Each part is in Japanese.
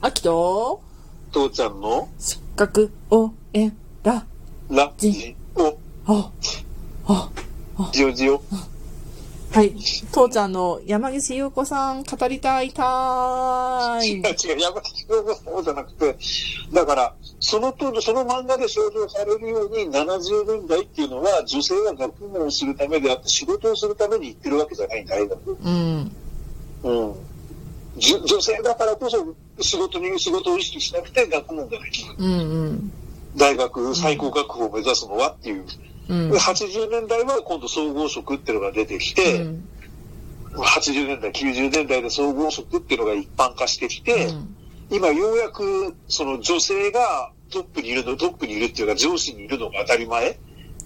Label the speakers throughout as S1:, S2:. S1: あきと、
S2: 父ちゃんの
S1: せっかく応援ラ
S2: ラジオ、
S1: オ。
S2: ジオジオ。
S1: はい。父ちゃんの山岸優子さん語りたいタ
S2: 違う
S1: イム。
S2: 違う、山口の方じゃなくて、だから、その当時、その漫画で想像されるように、70年代っていうのは、女性は学問をするためであって、仕事をするために行ってるわけじゃないんだ、あれだと
S1: うん。
S2: うん。じゅ女性だからこそ、仕事に、仕事を意識しなくて学問ができる。
S1: うんうん。
S2: 大学、最高学府を目指すのはっていう。
S1: うん
S2: で。80年代は今度総合職っていうのが出てきて、
S1: うん
S2: 80年代、90年代で総合職っていうのが一般化してきて、
S1: うん
S2: 今ようやくその女性がトップにいるの、トップにいるっていうか上司にいるのが当たり前っ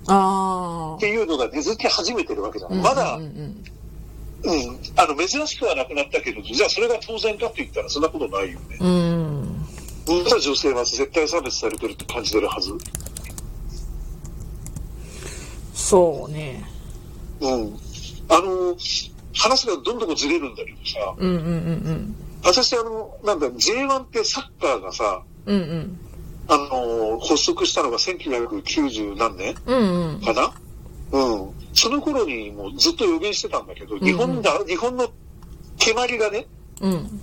S1: あ
S2: ていうのが根付き始めてるわけだ。
S1: あ。
S2: まだ、
S1: う
S2: うんん、
S1: うん
S2: あの、珍しくはなくなったけど、じゃあそれが当然かって言ったらそんなことないよね。
S1: うん。うん。
S2: まだ女性は絶対差別されてるって感じてるはず。
S1: そうね。
S2: うん。あの、話がどんどんずれるんだけどさ、
S1: うんうんうん
S2: 私あの、なんだ、J1 ってサッカーがさ、
S1: うん。うんうん。
S2: あの、発足したのが1990何年
S1: うんうん。
S2: かなうん。その頃にもうずっと予言してたんだけど、日本だ、日本の決まりがね、
S1: うん。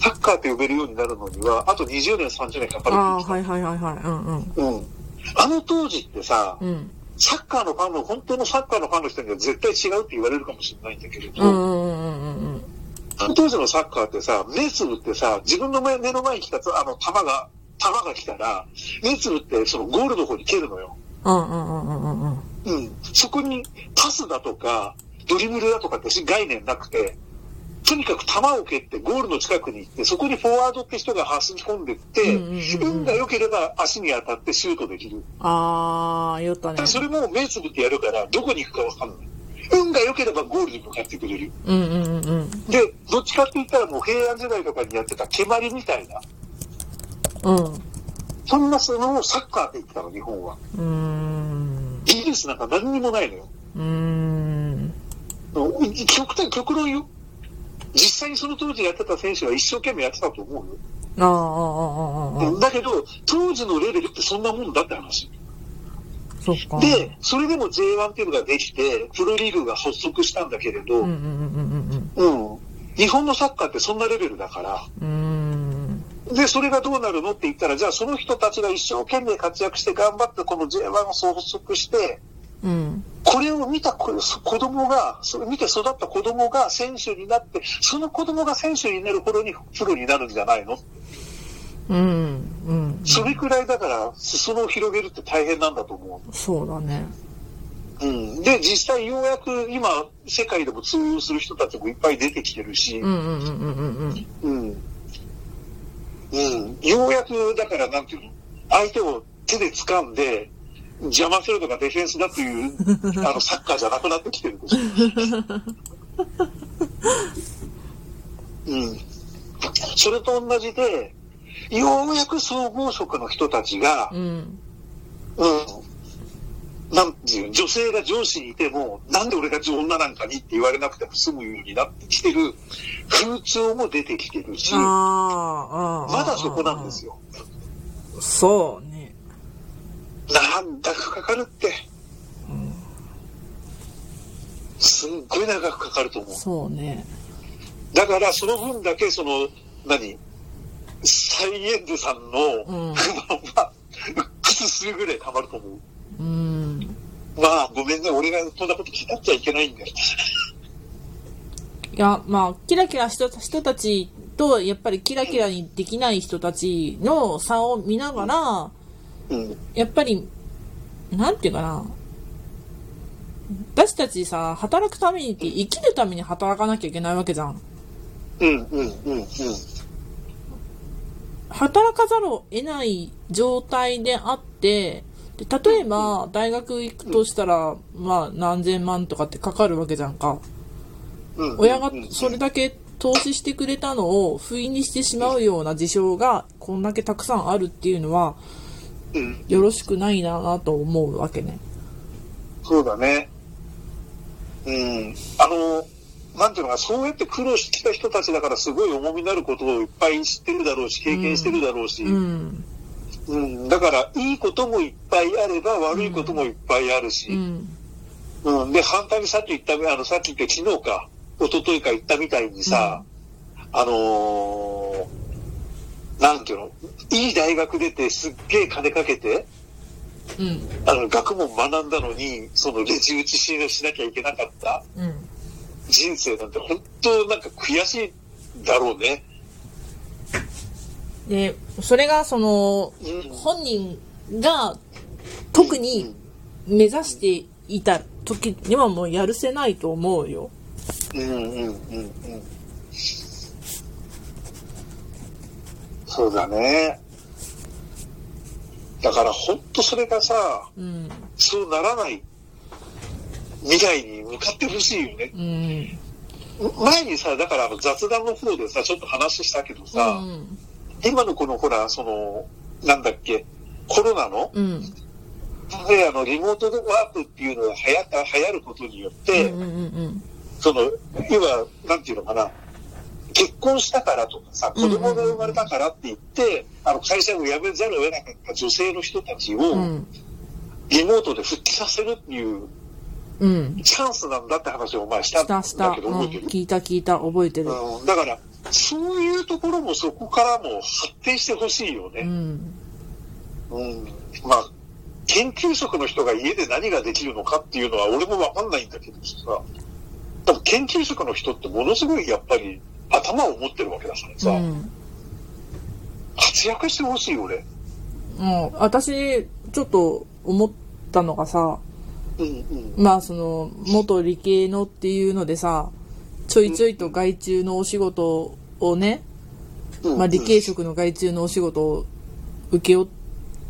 S2: サッカーと呼べるようになるのには、あと20年、30年かか
S1: あ
S2: る
S1: あ、
S2: って
S1: はいはいはいはい。うんうん。
S2: 言ってた。うん。あの当時ってさ
S1: う、ん。
S2: サッカーのファンの、本当のサッカーのファンの人には絶対違うって言われるかもしれないんだけれど、
S1: うんうんうんうんうん。
S2: あの当時のサッカーってさ、目つぶってさ、自分の目目の前に来た、あの、球が、球が来たら、目つぶってそのゴールの方に蹴るのよ。
S1: うんうんうんうんうんうん。
S2: うん、そこにパスだとか、ドリブルだとかって概念なくて、とにかく球を蹴ってゴールの近くに行って、そこにフォワードって人が走り込んでって、
S1: うんうんうんうん
S2: 運が良ければ足に当たってシュートできる。
S1: ああ、言ったね
S2: ただ。それも目つぶってやるから、どこに行くかわかんない。運が良ければゴールに向かってくれる。
S1: うんうんうんうん。
S2: で、どっちかって言ったらもう平安時代とかにやってた蹴鞠みたいな、
S1: うん。
S2: そんなそのをサッカーって言ってたの、日本は。
S1: うーん。
S2: イギリスなんか何にもないのよ。
S1: うーん。
S2: うん極端、極論よ。実際にその当時やってた選手は一生懸命やってたと思う
S1: ああ、ああ、ああ、あ
S2: よ。だけど、当時のレベルってそんなもんだって話。
S1: あ。そっか。
S2: で、それでも J1 っていうのができて、プロリーグが発足したんだけれど、
S1: う
S2: う
S1: う
S2: ん。
S1: んんうんうん
S2: 日本のサッカーってそんなレベルだから、
S1: うんうん。う
S2: で、それがどうなるのって言ったら、じゃあその人たちが一生懸命活躍して頑張って、この J1 を発足して、
S1: ーん。うん。
S2: これを見た子子供が、それ見て育った子供が選手になって、その子供が選手になる頃にプロになるんじゃないの
S1: うん。うん。
S2: それくらいだから、裾野を広げるって大変なんだと思
S1: そうだね。
S2: う。うん。で、実際ようやく今、世界でも通用する人たちもいっぱい出てきてるし、
S1: うんうんうんうんうんうん。
S2: うん。うん。ようやく、だから、なんていうの相手を手で掴んで、邪魔するのがディフェンスだという、 あの、サッカーじゃなくなってきてるんですよ。うん。それと同じで、ようやく総合職の人たちが、
S1: うん。
S2: うん。なんていうの、女性が上司にいても、なんで俺が女なんかにって言われなくても済むようになってきてる風潮も出てきてるし、
S1: ああ、
S2: ま
S1: ああ。
S2: だそこなんですよ。
S1: よ。そうね。
S2: なんだかかかるって。すっごい長くかかると思う。
S1: そうね。
S2: だからその分だけその、何サイエンズさんの不
S1: うん
S2: 満は、うっくすするぐらい溜まると思う。
S1: うん。
S2: まあ、ごめんね、俺がこんなこと語っちゃいけないんだよ。
S1: いや、まあ、キラキラした人たちと、やっぱりキラキラにできない人たちの差を見ながら、
S2: うん。
S1: やっぱり、なんていうかな。私たちさ、働くためにって、生きるために働かなきゃいけないわけじゃん。
S2: うん、うん、うん、うん。
S1: 働かざるを得ない状態であって、で例えば、大学行くとしたら、まあ、何千万とかってかかるわけじゃんか。
S2: うん
S1: 親が
S2: うんうん
S1: それだけ投資してくれたのを不意にしてしまうような事象がこんだけたくさんあるっていうのは
S2: うん、
S1: よろしくないなと思うわけね。
S2: そうだね。うん。あの、なんていうのか、そうやって苦労してきた人たちだから、すごい重みのあることをいっぱい知ってるだろうし、経験してるだろうし、
S1: う
S2: うん
S1: ん
S2: だから、いいこともいっぱいあれば、悪いこともいっぱいある
S1: う
S2: し、
S1: ん
S2: うんで、反対にさっき言った、あの、さっき言って昨日か、一昨日か言ったみたいにさ、あのーなんていうの、いい大学出て、すっげえ金かけて、
S1: うん
S2: あの、学問学んだのに、そのレジ打ちしなきゃいけなかった。
S1: うん
S2: 人生なんて本当なんか悔しいだろうね。
S1: でそれがその
S2: うん
S1: 本人が特に目指していた時にはもうやるせないと思うよ
S2: うんうんうんうん。そうだね。だから本当それがさ、
S1: うん
S2: そうならない未来に向かってほしいよね。
S1: うん
S2: 前にさ、だからあの雑談の方でさ、ちょっと話したけど
S1: う
S2: さ、
S1: ん
S2: 今のこのほら、その、なんだっけ、コロナの、
S1: うん
S2: であの、リモートワークっていうのが流行った、流行ることによって、
S1: うんうん
S2: その、今、なんていうのかな、結婚したからとかさ、子供が生まれたからって言って、あの、会社を辞めざるを得なかった女性の人たち
S1: う
S2: を、
S1: ん
S2: リモートで復帰させるっていう
S1: うん
S2: チャンスなんだって話をお前したん
S1: したした、
S2: だ
S1: うん
S2: けど、覚えて、る、
S1: 聞いた聞いた覚えてる
S2: うんだから、そういうところもそこからも発展してほしいよ
S1: う
S2: ね。
S1: ん
S2: うん。まあ、研究職の人が家で何ができるのかっていうのは俺もわかんないんだけどさ、でも研究職の人ってものすごいやっぱり頭を持ってるわけだから
S1: う
S2: さ、
S1: ん
S2: 活躍してほしい俺。
S1: もう私ちょっと思ったのがさ
S2: うんうん。
S1: まあその元理系のっていうのでさちょいちょいと外注のお仕事をね、
S2: うん
S1: まあ、理系職の外注のお仕事を請け負っ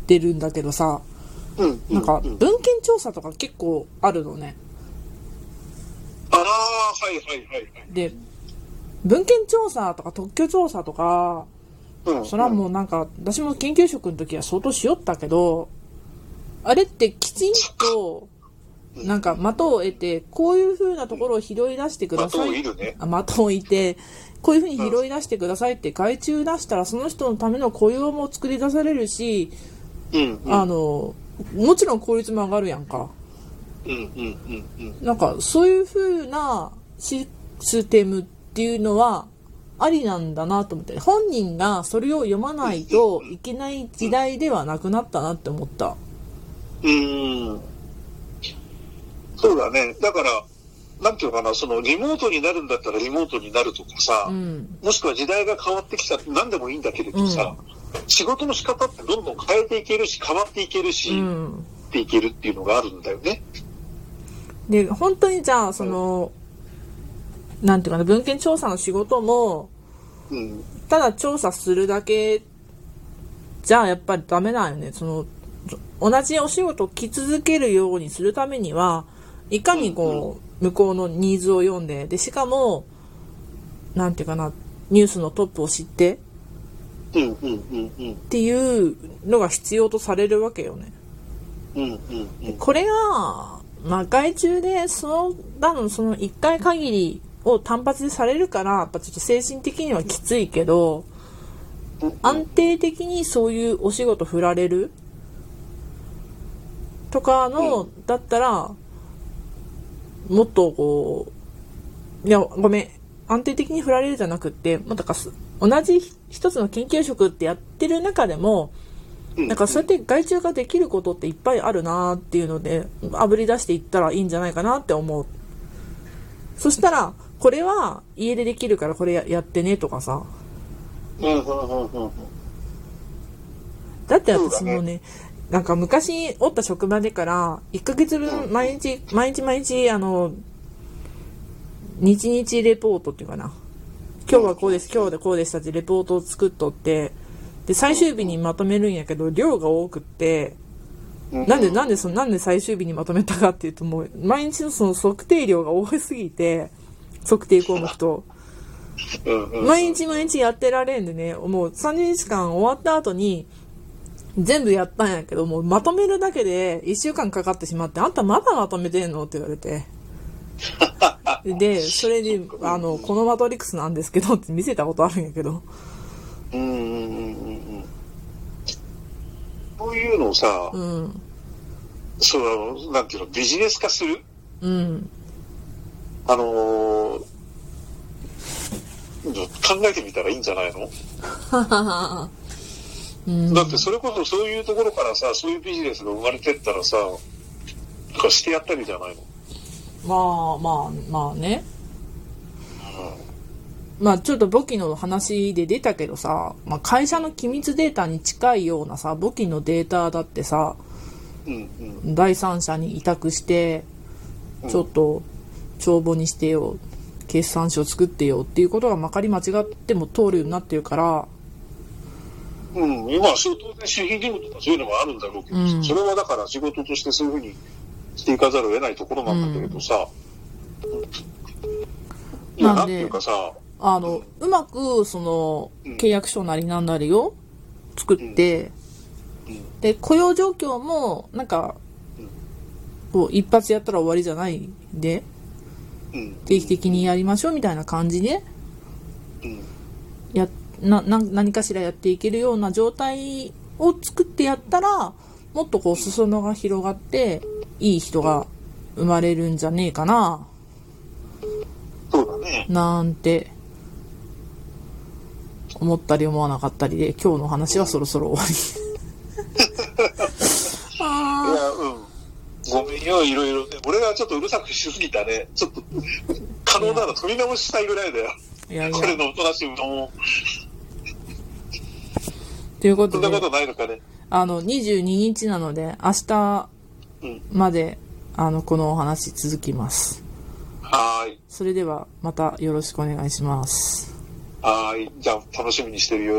S1: てるんだけどさ
S2: うん
S1: なんか
S2: うう
S1: 文献調査とか結構あるのね
S2: ああ、はいはいはいはい。
S1: で文献調査とか特許調査とか
S2: うん、
S1: それはもうなんか私も研究職の時は相当しよったけどあれってきちんとなんか的を得てこういう風なところを拾い出してくだ
S2: 的
S1: さ
S2: を
S1: い
S2: 射るね。
S1: あ的をいてこういう風に拾い出してくださいって外注出したらその人のための雇用も作り出されるし
S2: うんうん。
S1: あのもちろん効率も上がるやんか
S2: うんうんうんうん。
S1: なんかそういう風なシステムっていうのはありなんだなと思って本人がそれを読まないといけない時代ではなくなったなって思った
S2: うーんそうだね。だから、なんていうのかな、そのリモートになるんだったらリモートになるとかさ、
S1: うん
S2: もしくは時代が変わってきたって何でもいいんだけれどさ、仕事の仕方ってどんどん変えていけるし、変わっていけるし、
S1: う
S2: 変わ
S1: ん
S2: っていけるっていうのがあるんだよね。
S1: で本当にじゃあそのなんていうかな文献調査の仕事も
S2: うん。
S1: ただ調査するだけじゃあやっぱりダメなんよねその同じお仕事を着続けるようにするためにはいかにこう向こうのニーズを読んででしかもなんていうかなニュースのトップを知って
S2: うんうんうんうん。
S1: っていうのが必要とされるわけよね
S2: うんうんうん。
S1: これが、まあ、外注でその多分その1回限りを単発でされるからやっぱちょっと精神的にはきついけど安定的にそういうお仕事振られるとかの、だったらもっとこういやごめん安定的に振られるじゃなくってもうだからす同じ一つの研究職ってやってる中でも
S2: うん
S1: なんかそうやって外注ができることっていっぱいあるなーっていうのであぶり出していったらいいんじゃないかなって思うそしたらこれは家でできるからこれややってねとかさ
S2: うんうんうんうん。
S1: だって
S2: そう
S1: 私
S2: だね
S1: もねなんか昔おった職場でから1ヶ月分毎日毎日毎日あの日々レポートっていうかな今日はこうです今日でこうでしたってレポートを作っとってで最終日にまとめるんやけど量が多くって
S2: うん
S1: なんで、なんで、その、なんで最終日にまとめたかっていうと、もう、毎日のその測定量が多すぎて、測定項目と、
S2: うんうんうん
S1: 毎日毎日やってられんでね、もう30日間終わった後に、全部やったんやけど、もうまとめるだけで1週間かかってしまって、あんたまだまとめてんのって言われて。で、それに、あの、このマトリックスなんですけどって見せたことあるんやけど。
S2: うんうんうんうんうん。そういうのをさ、
S1: うん。
S2: その、なんていうの、ビジネス化する
S1: うん。
S2: あのー考えてみたらいいんじゃないの、
S1: うん
S2: だってそれこそそういうところからさ、そういうビジネスが生まれてったらさ、なんかしてやったりじゃないの
S1: まあまあまあね。まあちょっと簿記の話で出たけどさ、まあ、会社の機密データに近いようなさ簿記のデータだってさ
S2: うんうん。
S1: 第三者に委託してちょっと帳簿にしてよ決算書作ってよっていうことがまかり間違っても通るようになってるから
S2: うん、今はそう当然主義義務とかそういうのもあるんだろうけど、
S1: うん
S2: それはだから仕事としてそういうふうにしていかざるを得ないところなんだけれどさ、いや
S1: な
S2: なんん
S1: で
S2: ていうかさ、
S1: あのうまくその
S2: うん
S1: 契約書なりなんなりを作って、
S2: うん
S1: で雇用状況もなんか
S2: うん
S1: こう一発やったら終わりじゃないんで
S2: うん、
S1: 定期的にやりましょうみたいな感じで
S2: うん、
S1: やなな何かしらやっていけるような状態を作ってやったらもっとこう裾野が広がっていい人が生まれるんじゃねえかな
S2: そうだね。
S1: なんて思ったり思わなかったりで今日の話はそろそろ終わり
S2: い
S1: あ
S2: や、うん。ごめんよ、いろいろね。俺がちょっとうるさくしすぎたね。ちょっと、可能なら取り直したいぐらいだよ。
S1: ーいやい
S2: これ
S1: や
S2: のおとなしいうどんを。
S1: ということ
S2: そんなこ
S1: で
S2: とないのかね。
S1: あの22日なので明日
S2: うん
S1: まであのこのお話続きます
S2: はーい。
S1: それではまたよろしくお願いします
S2: はーい。じゃあ、楽しみにしてるよ。